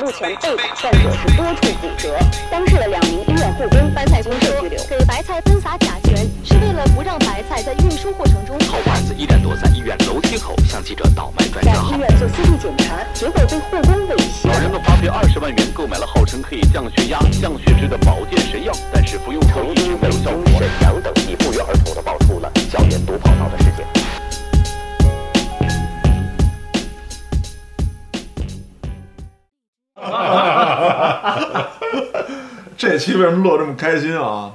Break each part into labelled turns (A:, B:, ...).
A: 路权被打，战者是多处骨折，当事的两名医院护工白菜公社拘留。
B: 给白菜喷洒甲醛，是为了不让白菜在运输过程中。
C: 好汉子依然躲在医院楼梯口向记者倒卖专
A: 在
C: 家
A: 医
C: 号。
A: 院做 CT 检查，结果被护工猥亵。
C: 老人们花费二十万元购买了号称可以降血压、降血脂的保健神药，但是服用后一直没有效果。沈阳等地不约而同的爆出了校园毒跑道的事件。
D: 这期为什么录得这么开心啊？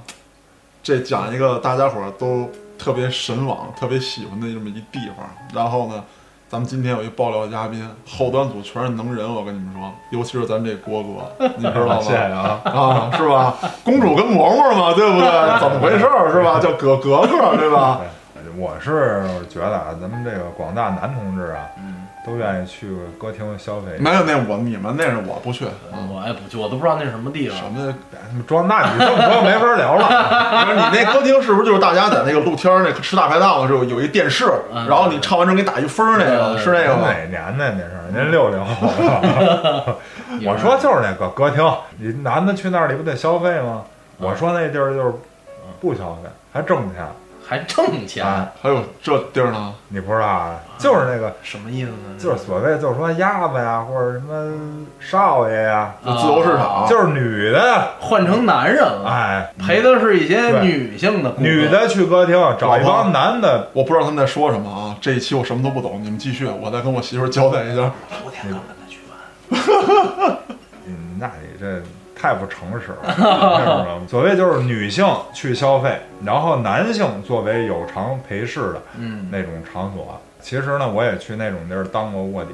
D: 这讲一个大家伙儿都特别神往、特别喜欢的这么一地方。然后呢，咱们今天有一爆料嘉宾，后端组全是能人，我跟你们说，尤其是咱们这郭哥，你知道吗？
E: 谢谢啊！
D: 啊，是吧？公主跟嬷嬷嘛，对不对？ 怎么回事儿是吧？叫葛格格，对吧？
E: 我是觉得啊，咱们这个广大男同志啊，
F: 嗯
E: 都愿意去歌厅消费。
D: 没有那我你们那是我不去，
F: 我也不去，我都不知道那是什么地
D: 什
F: 方。
D: 么
E: 他们装，那你这么说没法聊 了。
D: 不是你那歌厅是不是就是大家在那个露天儿那个吃大排档的时候有一电视，
F: 嗯
D: 然后你唱完之后给你打一分儿那个
F: 嗯
D: 是那个吗？
E: 哪年的那是？您 六零后。我说就是那个歌厅，你男的去那里不得消费
F: 啊
E: 吗？我说那地儿就是不消费，还挣钱。
F: 还挣钱，
E: 啊
D: 还有这地儿呢？
E: 你不知道啊？就是那个，
F: 什么意思呢？
E: 就是所谓就是说鸭子呀，或者什么少爷呀，
F: 啊
D: 就自由市场，
E: 就是女的，
F: 换成男人了，
E: 啊哎，
F: 陪的是一些
E: 对
F: 女性的顾客
E: 女。的去歌厅找一帮男的，
D: 我不知道他们在说什么啊！这一期我什么都不懂，你们继续，我再跟我媳妇儿交代一下。
F: 我天，刚跟他去玩，
E: 嗯，那你这太不诚实 了，知道吗？所谓就是女性去消费，然后男性作为有偿陪侍的
F: 嗯，
E: 那种场所。其实呢，我也去那种地儿当过卧底，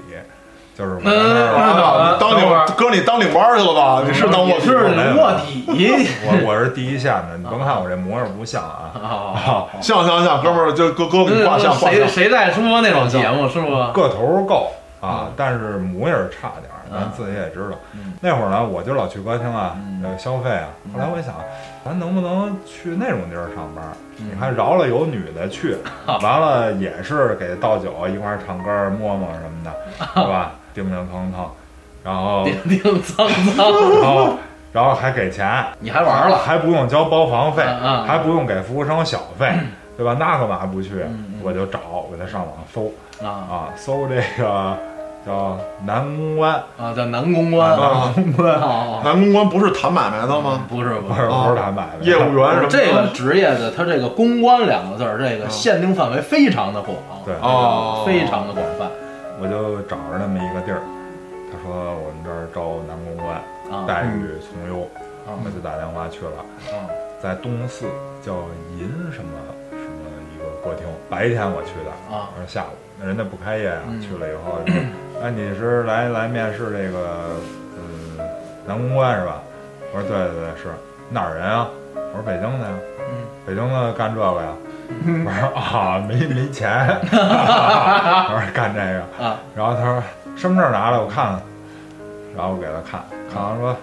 E: 就是我在
F: 嗯
E: 那儿
D: 啊，你当
F: 等会儿
D: 领哥，你当领班去了吧？你是当我
F: 我是卧底
E: 我我是第一线的，你甭看我这模样不像啊，
F: 啊。
D: 像像像，哥们儿，就哥哥
F: 嗯
D: 给你画像画
F: 谁
D: 像。
F: 谁在说那种节目是不？
E: 个头够啊
F: 嗯，
E: 但是模样差点儿，咱
F: 嗯
E: 自己也知道
F: 嗯。
E: 那会儿呢，我就老去歌厅啊，呃，消费啊。后来我一想，咱能不能去那种地儿上班？
F: 嗯
E: 你看饶了有女的 去，完了也是给倒酒一块儿唱歌儿、摸摸什么的， 是吧？叮叮腾腾，然后
F: 叮叮脏脏，
E: 然后然后还给钱，
F: 你还玩了？
E: 还不用交包房费，
F: 嗯嗯
E: 还不用给服务生小 费，对吧？那干嘛不去啊
F: 嗯嗯？
E: 我就找，我就上网搜。
F: 啊
E: 啊，搜这个叫南宫湾，
F: 啊，叫南公关啊
D: 啊，
E: 南宫湾
F: 哦，
D: 南公关啊不是谈买卖的吗？
F: 不是
E: 不
F: 不
E: 是
F: 是。
E: 不是他买的，
D: 哦业务员什么的
F: 这个职业的，它这个“公关”两个字儿，这个限定范围非常的广， 啊
E: 对，
D: 哦，
F: 非常的广泛
E: 我就找着那么一个地儿，他说我们这儿招南宫湾，
F: 啊。
E: 待遇
D: 嗯
E: 从优，
F: 啊
E: 我就打电话去了，
F: 啊
E: 在东四叫银什么什么一个歌厅，白天我去的，
F: 啊
E: 而下午那人家不开业啊，
F: 嗯
E: 去了以后就说，哎，你是来来面试这个呃南宫关是吧？我说对对对，是哪儿人啊？我说北京的呀。
F: 嗯
E: 北京的干这个呀？我说啊，没没 钱，我说干这个。
F: 啊
E: 然后他说身份证拿来我看看，然后我给他看，看完说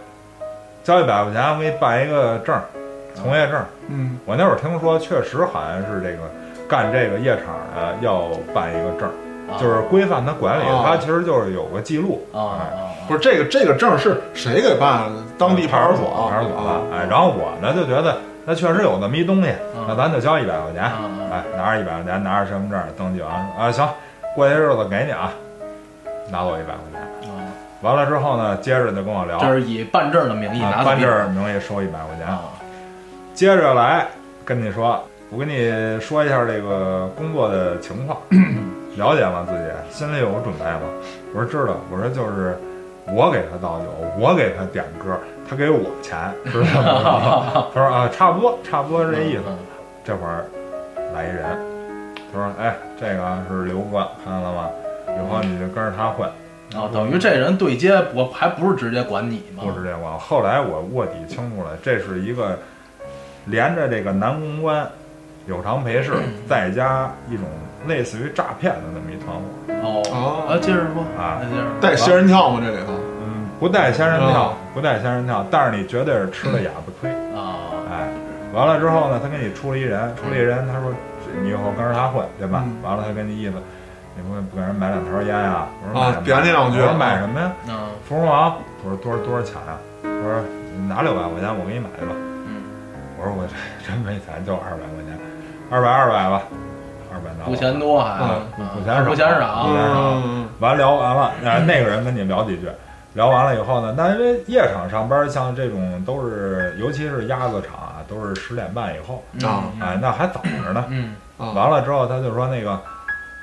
E: 交一百块钱，我给你办一个
F: 啊
E: 证儿，从业证儿。
D: 嗯，
E: 我那会儿听说，确实好像是这个干这个夜场的要办一个证儿，
F: 啊
E: 就是规范他管理，
D: 哦
E: 他其实就是有个记录
F: 啊啊
E: 哎
F: 啊
D: 不是这个这个证是谁给办的？当
E: 嗯
D: 地派出所，
E: 派出所
D: 啊
E: 的。哎，然后我呢就觉得那确实有那么一东西，那咱就交一百块钱。
F: 啊啊
E: 哎，拿着一百块钱，拿着身份证登记完了啊，行，过些日子给你啊，拿走一百块钱。
F: 啊！
E: 完了之后呢，接着就跟我聊，
F: 这是以办证的名义拿
E: 啊
F: 走
E: 办
F: 一
E: 证儿名义收一百块钱。
F: 啊
E: 接着来跟你说，我跟你说一下这个工作的情况，了解吗？自己心里有准备吗？我说知道，我说就是我给他倒酒，我给他点歌，他给我钱，知道吗？他说啊，差不多，差不多是这意思。
F: 嗯
E: 这会儿来一人，他说：“哎，这个是刘哥，看见了吗？以后你就跟着他混。
F: 啊，等于这人对接我还不是直接管你”吗？
E: 不是这样。后来我卧底清楚了，这是一个连着这个南公关、有偿陪侍，再加一种类似于诈骗的那么一团伙。
F: 哦
D: 哦，
F: 啊，接着说
E: 啊
F: 那接着
D: 带仙人跳吗？这里头
E: 嗯，不带仙人跳
D: 哦，
E: 不带仙人跳，但是你绝对是吃了哑巴亏。
F: 说啊
E: 哎，完了之后呢，他给你出了一人，出了一人，他说你以后跟着他混，对吧？
D: 嗯
E: 完了，他跟你意思，你不会不给人买两条烟啊？我说
D: 啊
E: 买
D: 点你两句
E: 我说买什么呀？
F: 嗯
E: 芙蓉王，我说多少多少钱啊？我说你拿六百块钱，我给你买去吧。
F: 嗯，
E: 我说我这真没钱，就二百块钱，二百二百吧，二百拿吧。
F: 不嫌多还
D: 嗯
F: 嗯
E: 不啊嫌少
F: 不嫌
E: 啊
F: 少，
D: 嗯，
E: 完聊完了，呃，那个人跟你聊几句，聊完了以后呢，那因为夜场上班像这种都是，尤其是鸭子场啊，都是十点半以后，
D: 啊
E: 哎，那还早着呢。
F: 嗯
D: 啊
E: 完了之后，他就说那个，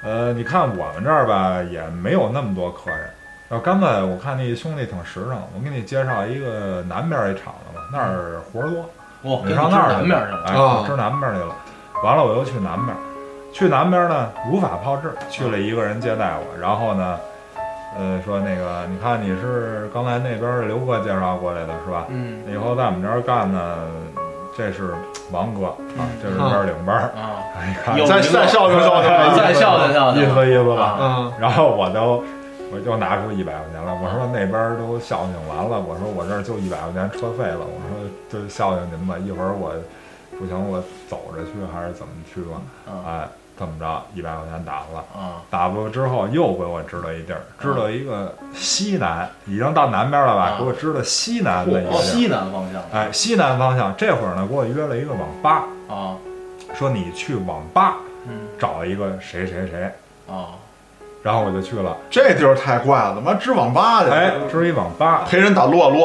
E: 呃，你看我们这儿吧，也没有那么多客人。要干脆我看那兄弟挺实诚，我给你介绍一个南边一厂子吧，那儿活儿多。
F: 我
E: 你嗯上那儿
F: 南
E: 去
F: 边去了，哦
E: 哎，
D: 啊
E: 我支南边去了。完了，我又去南边，去南边呢如法炮制，去了一个人接待我，然后呢，呃，说那个你看你是刚才那边刘哥介绍过来的是吧？
F: 嗯
E: 以后在我们这儿干呢，这是王哥
F: 嗯
E: 啊，这是这儿领班儿，
F: 啊，
E: 哎，你看
F: 有
D: 再再孝敬孝敬
E: 哎
D: 吧，
F: 再孝敬孝敬
E: 意思意思吧。
F: 啊
D: 嗯
E: 然后我都。我就拿出一百块钱了，我说那边都孝敬完了，我说我这儿就一百块钱车费了，我说就孝敬您吧，一会儿我不行我走着去还是怎么去吧？
F: 啊
E: 哎，这么着一百块钱打发了，
F: 啊
E: 打发之后又给我支了一地儿，支了
F: 嗯
E: 一个西南，已经到南边了吧
F: 啊？
E: 给我支了西南的一个
F: 往
E: 地儿，
F: 西南方向
E: 哎，西南方向。这会儿呢，给我约了一个网吧，
F: 啊，
E: 说你去网吧
F: 嗯
E: 找一个谁谁谁，
F: 啊，
E: 然后我就去了，
D: 这地儿太怪了，妈支网
F: 嗯
D: 吧去，
E: 哎，支一网吧，
D: 陪人打撸啊撸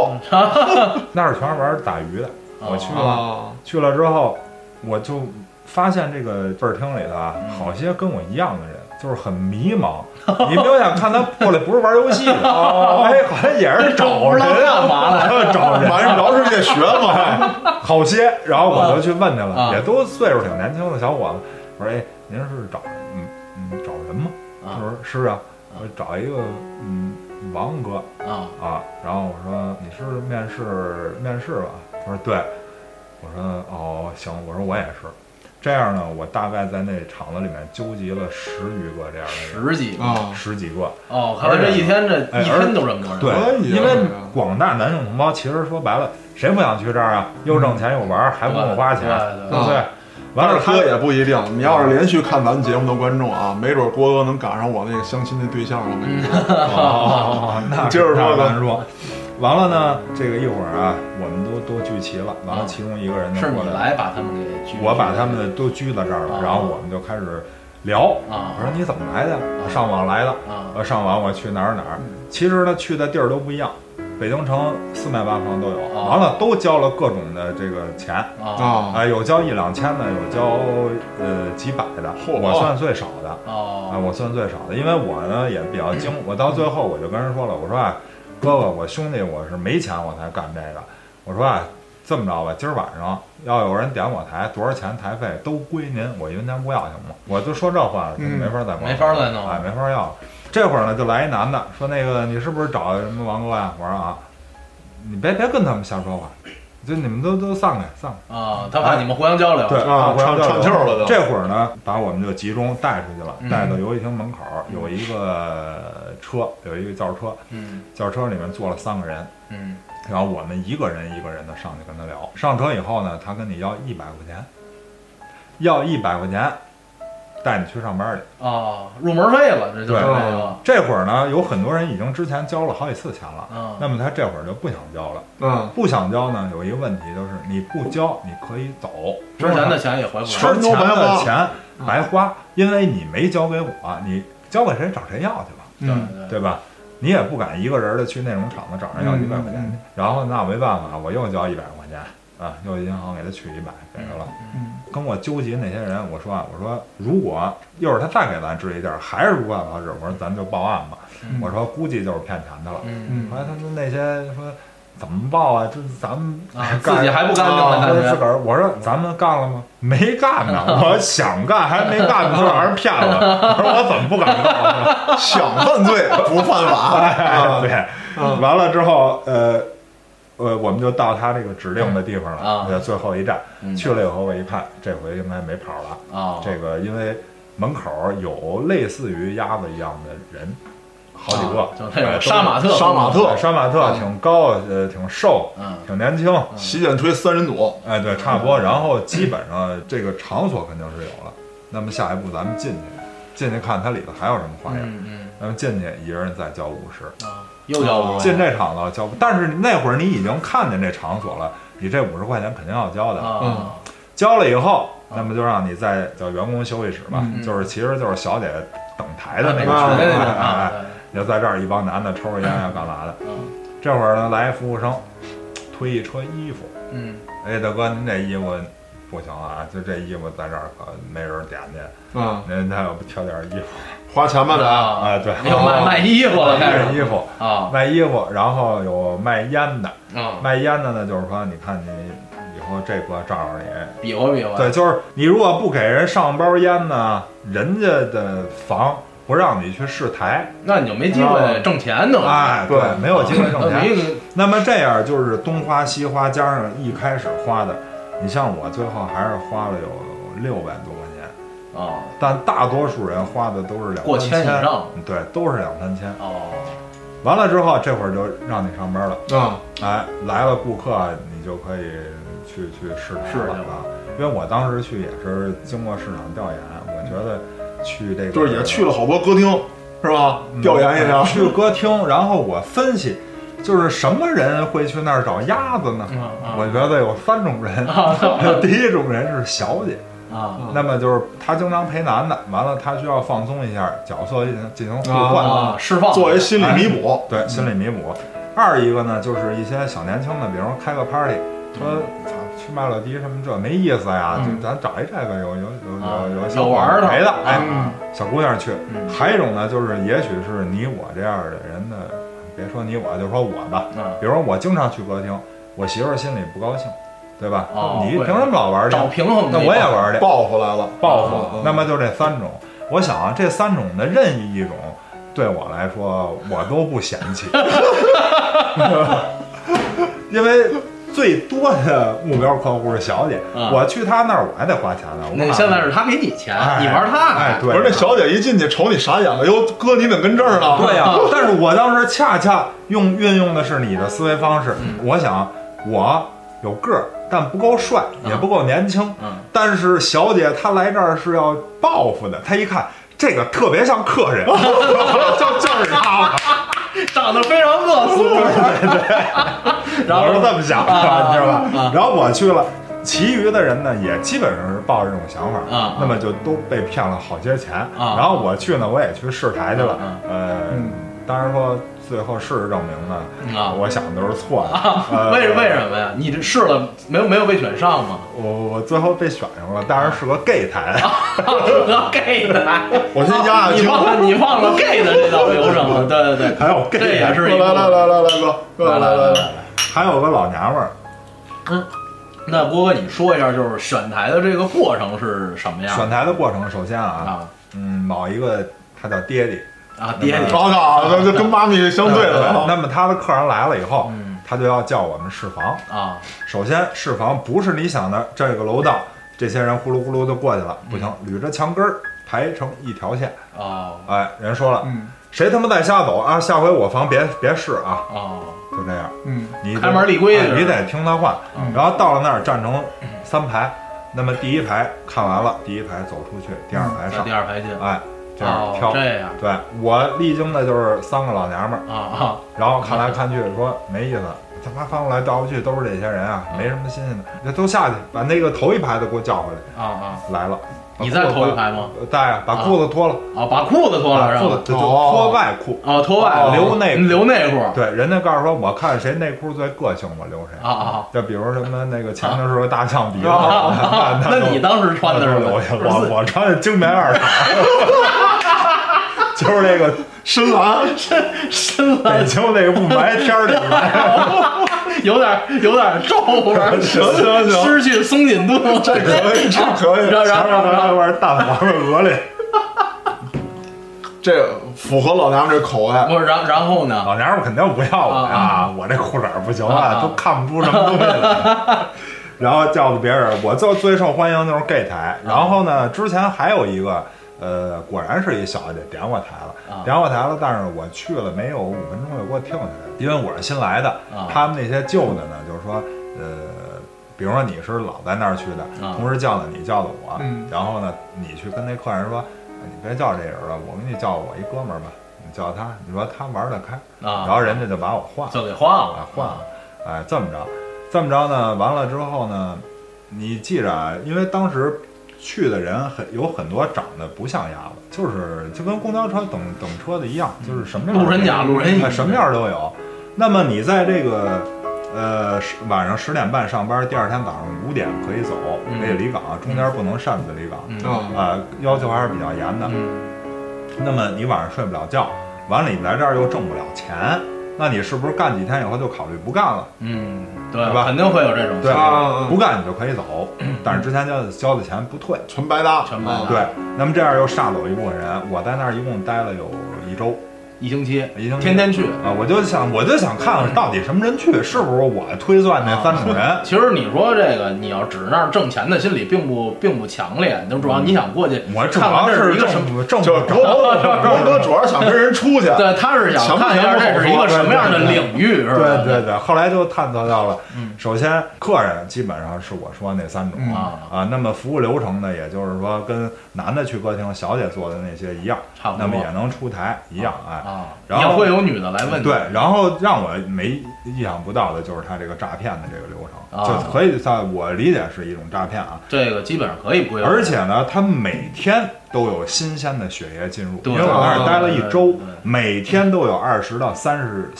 E: 那儿全是玩打鱼的，
F: 哦
E: 我去了。
D: 啊，
E: 去了之后，我就发现这个倍儿厅里头啊
F: 嗯，
E: 好些跟我一样的人，就是很迷 茫。你明显看他过来不是玩游戏的，哎，好像也是找
F: 哦 不知道
E: 人
F: 干嘛了，
E: 啊， 找人
D: 马上饶世界学 嘛，
E: 好些。然后我就去问去
F: 啊
E: 了，也都岁数挺年轻的小伙子，我说：“哎，您是找嗯嗯找人吗？”他
F: 啊
E: 说：“是啊，我找一个嗯王哥。”
F: 啊
E: 啊，然后我说你是面试面试吧？他说对，我说哦行，我说我也是。这样呢，我大概在那厂子里面纠集了十余个这样的
F: 十几个
E: 人，
D: 啊，
E: 十几个。
F: 哦，看来这一天这
E: 哎
F: 一天都这么多人，
E: 对
D: 可以，啊
E: 因为
D: 这个
E: 广大男性同胞其实说白了，谁不想去这儿啊？又挣钱又玩儿，还不用花钱，
F: 对
E: 对
F: 对
E: 不
D: 啊
E: 对？完
D: 但
E: 了
D: 是
E: 他
D: 哥也不一定，你要是连续看咱节目的观众啊，没准郭哥能赶上我那个相亲的对象。我跟你说，
E: 哦，那
D: 接着说吧
E: 咱说。完了呢，这个一会儿啊，我们都都聚齐了。完
F: 啊
E: 了，其中一个人呢
F: 是
E: 过嗯来哦
F: 你
E: 了
F: 来把他们给拒绝，
E: 我把他们的都拘到这儿了，
F: 啊
E: 然后我们就开始聊。
F: 啊
E: 我说你怎么来的？我上网来的。
F: 啊
E: 我上网我去哪儿哪儿？其实呢，去的地儿都不一样，北京城四面八方都有。
F: 啊
E: 完了，都交了各种的这个钱，
F: 啊
D: 啊，
E: 啊，有交一两千的，有交呃几百的，
D: 嚯
E: 我算最少的。啊，
F: 哦
E: 我算最少的，因为我呢也比较 精，我到最后我就跟人说了，我说啊，哥哥，我兄弟我是没钱我才干这个，我说啊，这么着吧，今儿晚上要有人点我台，多少钱台费都归您，我云钱不要行吗？我就说这话了，就
D: 嗯
E: 没法再管了
F: 没法再弄了
E: 哎，没法要了。这会儿呢，就来一男的说那个你是不是找什么王哥呀？我说啊，你别别跟他们瞎说话，就你们都都散开散开。
F: 啊，他怕你们互相交流，
E: 哎对
D: 啊
E: 我要
D: 串
E: 到
D: 串溜了都
E: 这会儿呢，把我们就集中带出去了
F: 嗯，
E: 带到游戏厅门口儿有一个车，有一个轿车，
F: 嗯
E: 轿车里面坐了三个人，
F: 嗯
E: 然后我们一个人一个人的上去跟他聊。上车以后呢，他跟你要一百块钱，要一百块钱，带你去上班去。
F: 啊，入门费了，这就
E: 对
F: 是这个，
E: 这会儿呢，有很多人已经之前交了好几次钱了，
F: 嗯，
E: 那么他这会儿就不想交了。
D: 嗯，
E: 不想交呢，有一个问题就是你不交，你可以走。
F: 之前的钱也回不
E: 之
F: 来，
E: 前的钱白花，因为你没交给我，你交给谁找谁要去吧，
F: 对
D: 嗯
F: 对
E: 对吧？你也不敢一个人的去那种厂子找人要
D: 嗯
E: 一百块钱
D: 嗯
E: 去，然后那没办法，我又交一百块钱啊，又银行给他取一百给他了。
D: 嗯
E: 跟我纠结那些人，我说啊，我说如果要是他再给咱支一地儿，还是如法炮制，我说咱就报案吧。
F: 嗯
E: 我说估计就是骗钱的了。
F: 嗯
E: 后来
D: 嗯，
E: 他说那些说怎么报啊？这咱们
F: 啊，
E: 干
F: 自己还不干净
E: 啊
F: 的感
E: 我说自
F: 觉
E: 个儿，我说咱们干了吗？没干 呢，我想干还没干呢，就让人骗了。我说我怎么不敢干呢？
D: 想犯罪不犯
F: 哎
D: 法
E: 对，
D: 嗯
E: 啊完了之后，呃，呃，我们就到他这个指定的地方了，
F: 啊
E: 呃最后一站、
F: 嗯
E: 去了以后，我一看，这回应该没跑了。
F: 啊，
E: 嗯这个因为门口有类似于鸭子一样的人，好几个，
F: 啊就那
E: 哎
F: 种杀马特，
D: 杀马特
E: 对杀马特挺高，呃，挺瘦，
F: 嗯
E: 挺年轻，
D: 啊，洗剪吹三人组，
E: 哎，对，差不多。然后基本上这个场所肯定是有了。那么下一步咱们进去，进去看它里头还有什么花样。
F: 嗯
E: 然后进去一人再交五十，
F: 嗯啊，又交五
E: 进这场子交，但是那会儿你已经看见这场所了，你这五十块钱肯定要交的。嗯
F: 啊，
E: 交了以后，那么就让你在叫员工休息室吧，
D: 嗯
E: 就是其实就是小姐等台的那个
D: 啊
E: 区
F: 群
E: 域，
F: 那
E: 哎
F: 个
E: 哎，
F: 啊，
E: 要在这儿一帮男的抽着烟要干嘛的。
F: 嗯
E: 这会儿呢，来服务生推一车衣服，
F: 嗯
E: 哎，大哥，您这衣服不行啊，就这衣服在这儿可没人点去，
D: 啊，
E: 您再不挑点衣服
D: 花钱吧得，
F: 哦啊，
E: 啊？对，
F: 又卖卖衣服了，开
E: 卖
F: 始
E: 衣服，
F: 啊
E: 卖衣服，然后有卖烟的，
F: 啊，
E: 卖烟的呢，就是说，你看你以后这哥照着你，
F: 比划比划，
E: 对，就是你如果不给人上包烟呢，人家的房不让你去试台，
F: 那你就没机会挣钱呢。
E: 哎，对，
D: 对
E: 没有啊机会挣
F: 那
E: 钱。
F: 没个
E: 那么这样就是东花西花，加上一开始花的，你像我最后还是花了有六百多块钱，
F: 啊
E: 但大多数人花的都是两
F: 过
E: 千嗯
F: 千以上，
E: 对，都是两三千。
F: 哦，
E: 完了之后，这会儿就让你上班了。
D: 啊，
E: 哎，来了顾客，你就可以去去市场
F: 是
E: 了
F: 的
E: 啊。因为我当时去也是经过市场调研，我觉得去这个
D: 就是也去了好多歌厅，是吧？
E: 嗯
D: 调研一下，
E: 去歌厅，然后我分析，就是什么人会去那儿找鸭子呢？
F: 嗯啊
E: 我觉得有三种人，
D: 啊
E: 第一种人是小姐，
F: 啊
D: 嗯
E: 那么就是她经常陪男的，完了她需要放松一下角色进行进行互换，
F: 啊，释放
D: 作为心理弥补，
E: 对，
F: 嗯
E: 心理弥补。二一个呢，就是一些小年轻的，比如说开个 party，说操去麦乐迪什么这没意思呀，
F: 嗯
E: 就咱找一这个有有
F: 啊
E: 有有有小
F: 有玩儿
E: 伙
F: 的
E: 陪的，哎，
F: 嗯
E: 小姑娘去
F: 嗯。
E: 还有一种呢，就是也许是你我这样的人的，别说你我，就说我吧，
F: 嗯
E: 比如说我经常去歌厅，我媳妇儿心里不高兴，对吧
F: 哦？
E: 你
F: 会
E: 凭什么老玩儿去
F: 找？平衡的
E: 那
F: 地方。
E: 我也哎玩儿去，
D: 报复来了，
E: 报
D: 嗯
E: 复。 那么就这三种，我想啊，这三种的任意一种，对我来说我都不嫌弃， 因为最多的目标客户是小姐，
F: 嗯
E: 我去她那儿我还得花钱呢。我
F: 那
E: 哪
F: 现在是他给你钱，
E: 哎
F: 你玩他
E: 哎，对，
D: 不是那小姐一进去瞅你傻眼了，哟哥你怎么跟这儿呢？
E: 对
F: 啊
E: 呀、但是我当时恰恰用运用的是你的思维方式，我想我有个儿，但不够帅，也不够年轻。
F: 嗯
E: 但是小姐她来这儿是要报复的，她一看这个特别像客人，就 就是他了。
F: 长得非常 恶俗。然
E: 我是
F: 后
E: 这么想的，
F: 啊
E: 你知道吧？
F: 啊
E: 然后我去了。其余的人呢，也基本上是抱着这种想法，
F: 啊
E: 那么就都被骗了好些钱。
F: 啊
E: 然后我去呢，我也去试台去了，
F: 啊
E: 呃，当然说最后事实证明呢，
F: 啊
E: 嗯我想的都是错的。呃
F: 为为什么呀？你这试了没有没有被选上吗？
E: 我我最后被选上了，当然是个 gay 台，
F: 啊我 gay 的，
D: 我先
E: 啊
D: 压压
F: 你
D: 惊。
F: 忘了你忘 了 gay 的这道流程了？对对对，
E: 还有 gay
F: 这也是
D: 来来
F: 一个
D: 来来来来，哥，哥来来来，
E: 还有个老娘们
F: 啊
E: 儿。
F: 那郭哥，你说一下，就是选台的这个过程是什么样？
E: 选台的过程，首先啊，
F: 啊
E: 嗯，某一个他叫爹地，
F: 啊，
E: 嗯
F: 爹爹
D: 好家伙，那就跟妈咪
F: 哦
D: 相对了啊。
E: 那么他的客人来了以后
F: 嗯，
E: 他就要叫我们试房。
F: 啊，
E: 首先，试房不是你想的这个楼道，这些人呼噜呼噜就过去了，不行，
F: 嗯
E: 捋着墙根儿排成一条线。
F: 哦
E: 哎，人说了，
D: 嗯
E: 谁他妈再瞎走啊？下回我房别别试啊，
F: 哦，
E: 就这样。
D: 嗯，
E: 你得
F: 开门立规
E: 哎
F: 就是
E: 你得听他话。
F: 嗯
E: 然后到了那儿站成三排，那么第一排看完了，第一排走出去，第二排
F: 嗯在
E: 上
F: 第，二排进，
E: 哎，这样
F: 哦
E: 挑。
F: 这样
E: 对我历经的就是三个老娘们儿，
F: 啊啊，
E: 然后看来看去说没意思，他妈翻过来倒过去都是这些人啊，
F: 嗯
E: 没什么新鲜的，那都下去把那个头一排的给我叫回来。
F: 啊啊！
E: 来了，把
F: 你在
E: 裤子
F: 头一排吗？
E: 呃在啊，把裤子脱了，
F: 啊，把裤子脱了
E: 把
F: 是
E: 裤子
F: 吧？
E: 就就
D: 哦
E: 脱外裤。
F: 哦，脱外
E: 哦
F: 裤
E: 留内裤
F: 留内裤啊
E: 对，人家告诉说，我看谁内裤最个性，我留谁。
F: 啊啊！
E: 就比如什么那个前头是个大象鼻子，
F: 啊
E: 哦那
F: 那你当时穿的是
E: 是
F: 什么
E: 留下我我穿的精棉二厂， 就是那个
D: 深蓝，
F: 深了，
E: 北京那个雾霾天儿里面，
F: 哦 有点有点皱 纹，
E: 行行行
F: 失去松紧度，这
D: 可以，这可以，
F: 然
E: 前
F: 后然
E: 面
F: 后
E: 那
F: 然后
E: 块蛋黄是鹅里。
D: 这个符合老娘们这口味。啊
F: 不是，然然后呢？
E: 老娘们肯定不要我呀
F: 啊，
E: 我这裤衩儿不行
F: 啊
E: 啊
F: 啊，
E: 都看不出什么东西 来。然后叫的别人，我最最受欢迎就是 gay 台。然后呢，之前还有一个，呃，果然是一小姐点我台了
F: 啊，
E: 点我台了，但是我去了没有五分钟就给我停下来了，因为我是新来的
F: 啊，
E: 他们那些旧的呢，就是说，呃。比如说你是老在那儿去的，
F: 啊
E: 同时叫的你叫的我，
D: 嗯
E: 然后呢，你去跟那客人说，哎你别叫这人了，我给你叫我一哥们儿吧，你叫他，你说他玩得开，
F: 啊
E: 然后人家就把我换了。
F: 就给换
E: 啊
F: 了，
E: 换了，哎，这么着，这么着呢，完了之后呢，你记着啊，因为当时去的人很有很多长得不像鸭子，就是就跟公交车等等车的一
F: 嗯
E: 样，就是什么样
F: 路人甲、路人乙
E: 哎，什么样都有。那么你在这个呃十晚上十点半上班，第二天早上五点可以走，
F: 嗯
E: 可以离岗，中间不能擅自离岗，
D: 啊，
F: 嗯
E: 啊，要求还是比较严的。
F: 嗯，
E: 那么你晚上睡不了觉，完了你来这儿又挣不了钱，那你是不是干几天以后就考虑不干了？
F: 嗯，对
E: 是吧
F: 肯定会有这种
E: 对
F: 情况
D: 啊
E: 不干你就可以走，但是之前交的交的钱不退。
D: 纯白搭，
F: 纯白搭
D: 啊
E: 对，那么这样又煞走一部分人。我在那儿一共待了有一周，
F: 一星期，
E: 一星期
F: 天天去。
E: 啊，我就想，我就想看看到底什么人去，是不是我推算那三种人？
F: 其实你说这个，你要指那儿挣钱的心理并不并不强烈，就主要你想过去
E: 嗯我主
F: 看看
E: 要
F: 这
E: 是
F: 一个什么。
E: 挣挣
D: 就是
E: 不
D: 狗
E: 着。
D: 狗，狗狗主要是想跟人出去，
F: 对，他是想看一下这是一个什么样的领域，是吧？
E: 对
F: 嗯
E: 对对，后来就探测到了，首先客人基本上是我说那三种
D: 嗯
F: 啊，
E: 啊，那么服务流程呢，也就是说跟男的去歌厅，小姐做的那些一样
F: 差不，多
E: 那么也能出台一样，哎，
F: 啊，
E: 然
F: 也
E: 后
F: 会有女的来问你，
E: 对，然后让我没意想不到的就是他这个诈骗的这个流程，
F: 啊
E: 就可以在我理解是一种诈骗啊。
F: 这个基本上可以不用，
E: 而且呢，他每天都有新鲜的血液进入，
F: 对
E: 因为我那儿待了一
F: 对
E: 周
F: 对对，
E: 每天都有二十到三十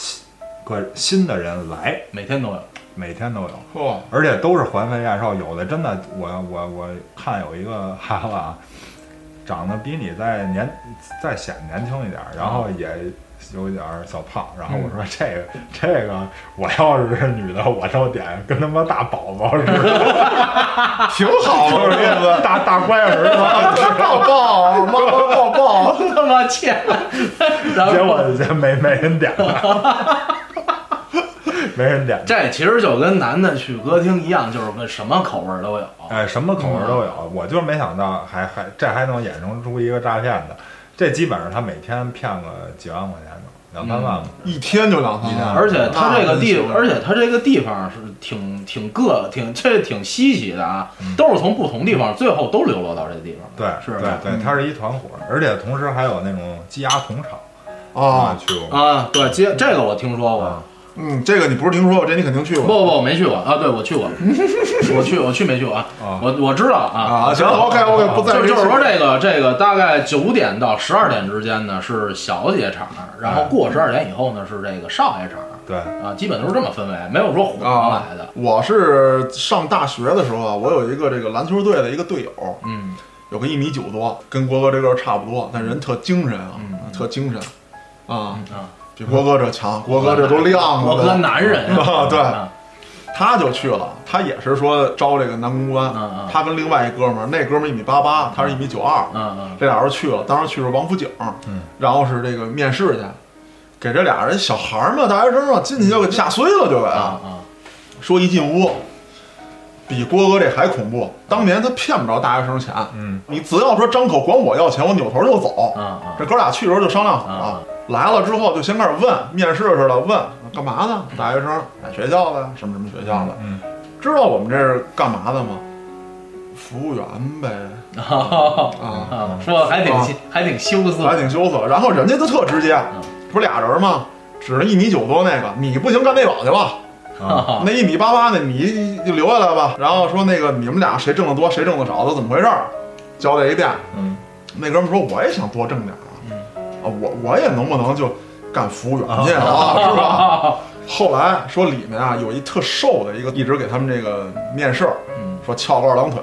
E: 个新的人来，
F: 每天都有，
E: 每天都有，
F: 哦
D: 嚯，
E: 而且都是环肥燕瘦，有的真的，我我我看有一个孩子啊，长得比你再年再显年轻一点儿，然后也有点儿小胖，然后我说这个、这个，我要是女的，我就点跟他妈大宝宝似的，
D: 挺好，
E: 就是 那个大大乖儿子。
D: 抱抱，妈妈抱抱，
F: 他妈切，然
E: 结
F: 后
E: 果这没没人点了， 没人点了。
F: 这其实就跟男的去歌厅一样，就是跟什么口味儿都有。
E: 哎，什么口味都
F: 嗯
E: 有，我就是没想到还还这还能衍生出一个诈骗的，这基本上他每天骗个几万块钱的，两三
F: 嗯
E: 万吧。
D: 一天啊就两三万，
F: 而且它这个地
D: 那真，是
F: 而且它这个地方是挺挺个挺这挺稀奇的啊，都是从不同地方最后都流落到这地方。
E: 对，
F: 是嗯
E: 对
F: 吧
E: 对，他是一团伙，而且同时还有那种鸡鸭同场
D: 啊，
E: 去过，
F: 哦啊，对，接这个我听说过，
D: 嗯，这个你不是听说过，这你肯定去
F: 不
D: 过
F: 不不，我没去过啊，对我去过，我去我去没去过啊
E: 啊，
F: 我我知道啊。
D: 啊。行，OK OK，不在
F: 就
D: 这
F: 就是说，这个这个大概九点到十二点之间呢是小姐场，然后过十二点以后呢是这个少爷场
E: 对，
F: 啊，基本都是这么分为，没有说混着
D: 啊
F: 来的。，
D: 我是上大学的时候啊，我有一个这个篮球队的一个队友，
F: 嗯，
D: 有个一米九多，跟郭哥这个差不多，但人特精神啊，
F: 嗯
D: 特精神啊，
F: 啊
D: 比郭哥这强，郭哥这都亮
F: 我
D: 了
F: 哥
D: 都。
F: 男人
D: 啊 对
F: 啊
D: 他就去了，他也是说招这个男公关
F: 嗯嗯，
D: 他跟另外一哥们儿，那哥们儿一米八八，他是一米九二，
F: 嗯嗯
D: 这俩人去了，当时去是王府井，然后是这个面试去，给这俩人小孩儿嘛，大学生嘛，进去就给吓碎了，就给、
F: 啊啊。
D: 说一进屋，比郭哥这还恐怖。当年他骗不着大学生钱，
E: 嗯，
D: 你只要说张口管我要钱，我扭头就走。
F: 嗯嗯
D: 这哥俩去的时候就商量好了，
F: 啊
D: 来了之后就先开始问，面试似的问干嘛呢？大学生哪学校的？什么什么学校的？
E: 嗯
D: 知道我们这是干嘛的吗？服务员 呗，啊，
F: 啊，说还挺、
D: 啊
F: 还挺羞涩
D: 还挺羞涩。然后人家就特直接，不是俩人吗？指着一米九多那个，你不行干内保去吧。
E: 啊，
D: 那一米八八的你就留下来吧。然后说那个你们俩谁挣得多，谁挣得少，都怎么回事儿？交代一遍。
E: 嗯，
D: 那哥们说我也想多挣点儿啊，啊我我也能不能就干服务员去啊，是吧？后来说里面啊有一特瘦的一个，一直给他们这个面试，说翘个二郎腿，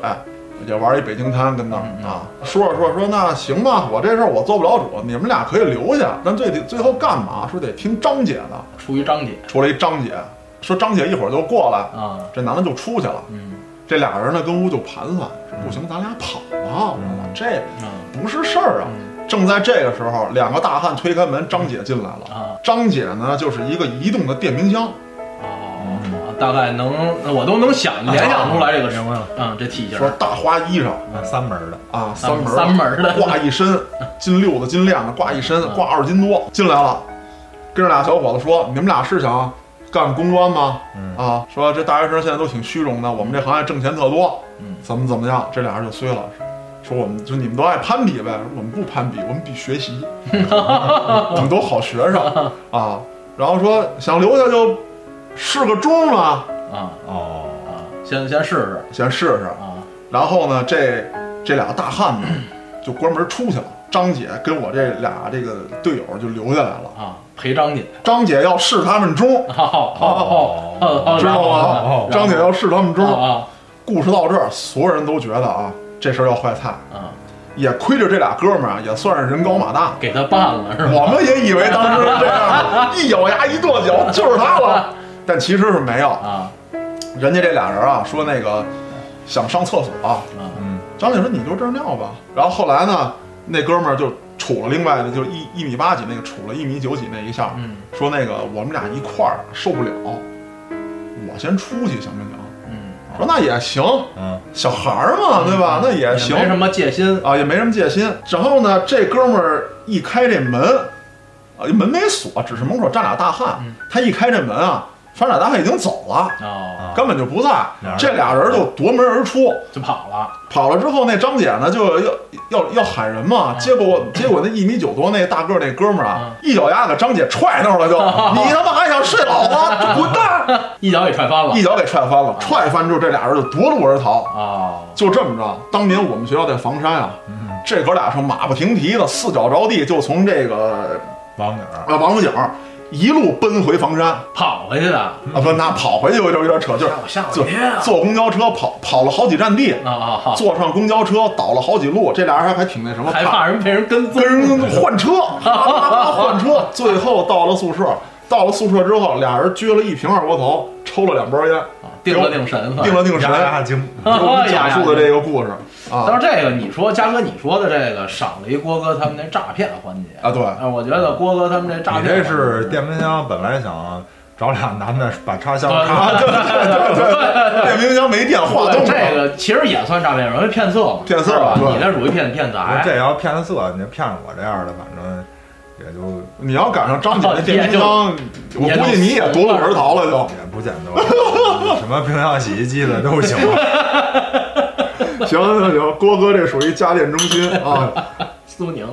D: 也玩一北京摊跟那儿啊，说着说着说那行吧，我这事儿我做不了主，你们俩可以留下，但最得最后干嘛？说得听张姐的，
F: 出于张姐
D: 出来一张姐，说张姐一会儿就过来，
F: 啊，
D: 这男的就出去了。
F: 嗯
D: 这俩人呢跟屋就盘算，说不行，咱俩跑吧，我说这
F: 嗯
D: 不是事儿啊。正在这个时候，两个大汉推开门，张姐进来了。
F: 啊
D: 张姐呢，就是一个移动的电冰箱，嗯
F: 哦，大概能我都能想联想出来这个什
E: 明
F: 么，
E: 白了，
F: 嗯，这体型
D: 啊说大花衣裳
E: 那三门儿的，
D: 啊，三门儿
F: 三门儿的嗯
D: 挂一身，金溜子金链子挂一身，挂二斤多进来了，跟这俩小伙子说：“你们俩是想干公关吗？
F: 嗯
D: 啊，说这大学生现在都挺虚荣的，我们这行业挣钱特多，
F: 嗯
D: 怎么怎么样？”这俩人就衰了，说我们就你们都爱攀比呗，我们不攀比，我们比学 习，我们都好学生啊。然后说想留下就试个钟啊，
F: 啊
E: 哦，
F: 啊，先先试试
D: 先试试。
F: 啊，
D: 然后呢，这这俩大汉子就关门出去了。张姐跟我这俩这个队友就留下来了。
F: 啊，陪张姐。
D: 张姐要试他们钟，
F: 哦哦哦哦，
D: 知道
E: 然后
D: 吗？
E: 呢
D: 张姐要试他们
F: 啊
D: 钟。
F: 啊
D: 故事到这儿，所有人都觉得啊，这事儿要坏菜，
F: 啊，
D: 也亏着这俩哥们儿啊，也算是人高马大。
F: 给他办了是吧？
D: 我们也以为当时是这样，一咬牙一跺脚就是他了，但其实是没有。
F: 啊
D: 人家这俩人啊，说那个想上厕所、嗯
F: 啊
D: 张姐说你就这儿尿吧。然后后来呢，那哥们儿就杵了另外的，就一一米八几那个杵了一米九几那一下，
F: 嗯
D: 说那个我们俩一块儿受不了，我先出去行不行？
F: 嗯，
D: 说那也行，
E: 嗯，
D: 小孩儿嘛，对吧？那也行，
F: 没什么戒心
D: 啊，也没什么戒心。然后呢，这哥们儿一开这门，啊，门没锁，只是门口站俩大汉。
F: 嗯
D: 他一开这门啊，发现俩大汉已经走了，
F: 哦，
D: 根本就不在
E: 俩。人
D: 这俩人就夺门而出，
F: 就跑了
D: 跑了之后，那张姐呢就要要要喊人嘛，
F: 嗯
D: 结果结果那一米九多那大个儿那哥们儿啊，一脚丫子给张姐踹那儿 了就，你他妈还想睡老子，滚蛋！
F: 一脚给踹翻了
D: 一。脚给踹翻了，
F: 嗯
D: 踹翻之后这俩人就夺路而逃。
F: 哦，
D: 就这么着，当年我们学校在房山啊，
F: 嗯
D: 这哥俩是马不停蹄的，四脚着地就从这个
E: 王景儿
D: 呃王府井一路奔回房山
F: 跑回去的啊
D: 啊，不，那跑回去就有点扯劲儿
F: 吓我吓我，一
D: 就
F: 跳
D: 坐公交车跑跑了好几站地，
F: 啊啊！
D: 坐上公交车倒了好几路，这俩人还还挺那什么，
F: 还
D: 怕
F: 怕人被人跟踪
D: 跟人换 车，换车，最后到了宿舍。到了宿舍之后，俩人撅了一瓶二锅头，抽了两包 烟，
F: 定了定神了，
D: 定了定神
E: 牙，牙精，
D: 给我们讲述的这个故事
F: 但
D: 啊
F: 是这个你说，嘉哥你说的这个少了一郭哥他们那诈骗环节
D: 啊，对，
F: 啊，我觉得郭哥他们这
E: 你
F: 诈骗环
E: 这
F: 节
E: 是电冰箱，本来想找俩男的把插销
F: 对
E: 插，
D: 电冰箱没电，话
F: 对
D: 筒
F: 这个其实也算诈骗，容易骗色嘛，
D: 骗色
F: 是吧？
D: 对
F: 你这属于骗骗哎财，
E: 这要骗色，你骗我这样的，反正也就
D: 你要赶上张姐那电冰箱， 我估计你也夺路而逃了就。
E: 也不见得，什么冰箱、洗衣机的都行。
D: 行行行，郭哥这属于家电中心啊。
F: 苏宁，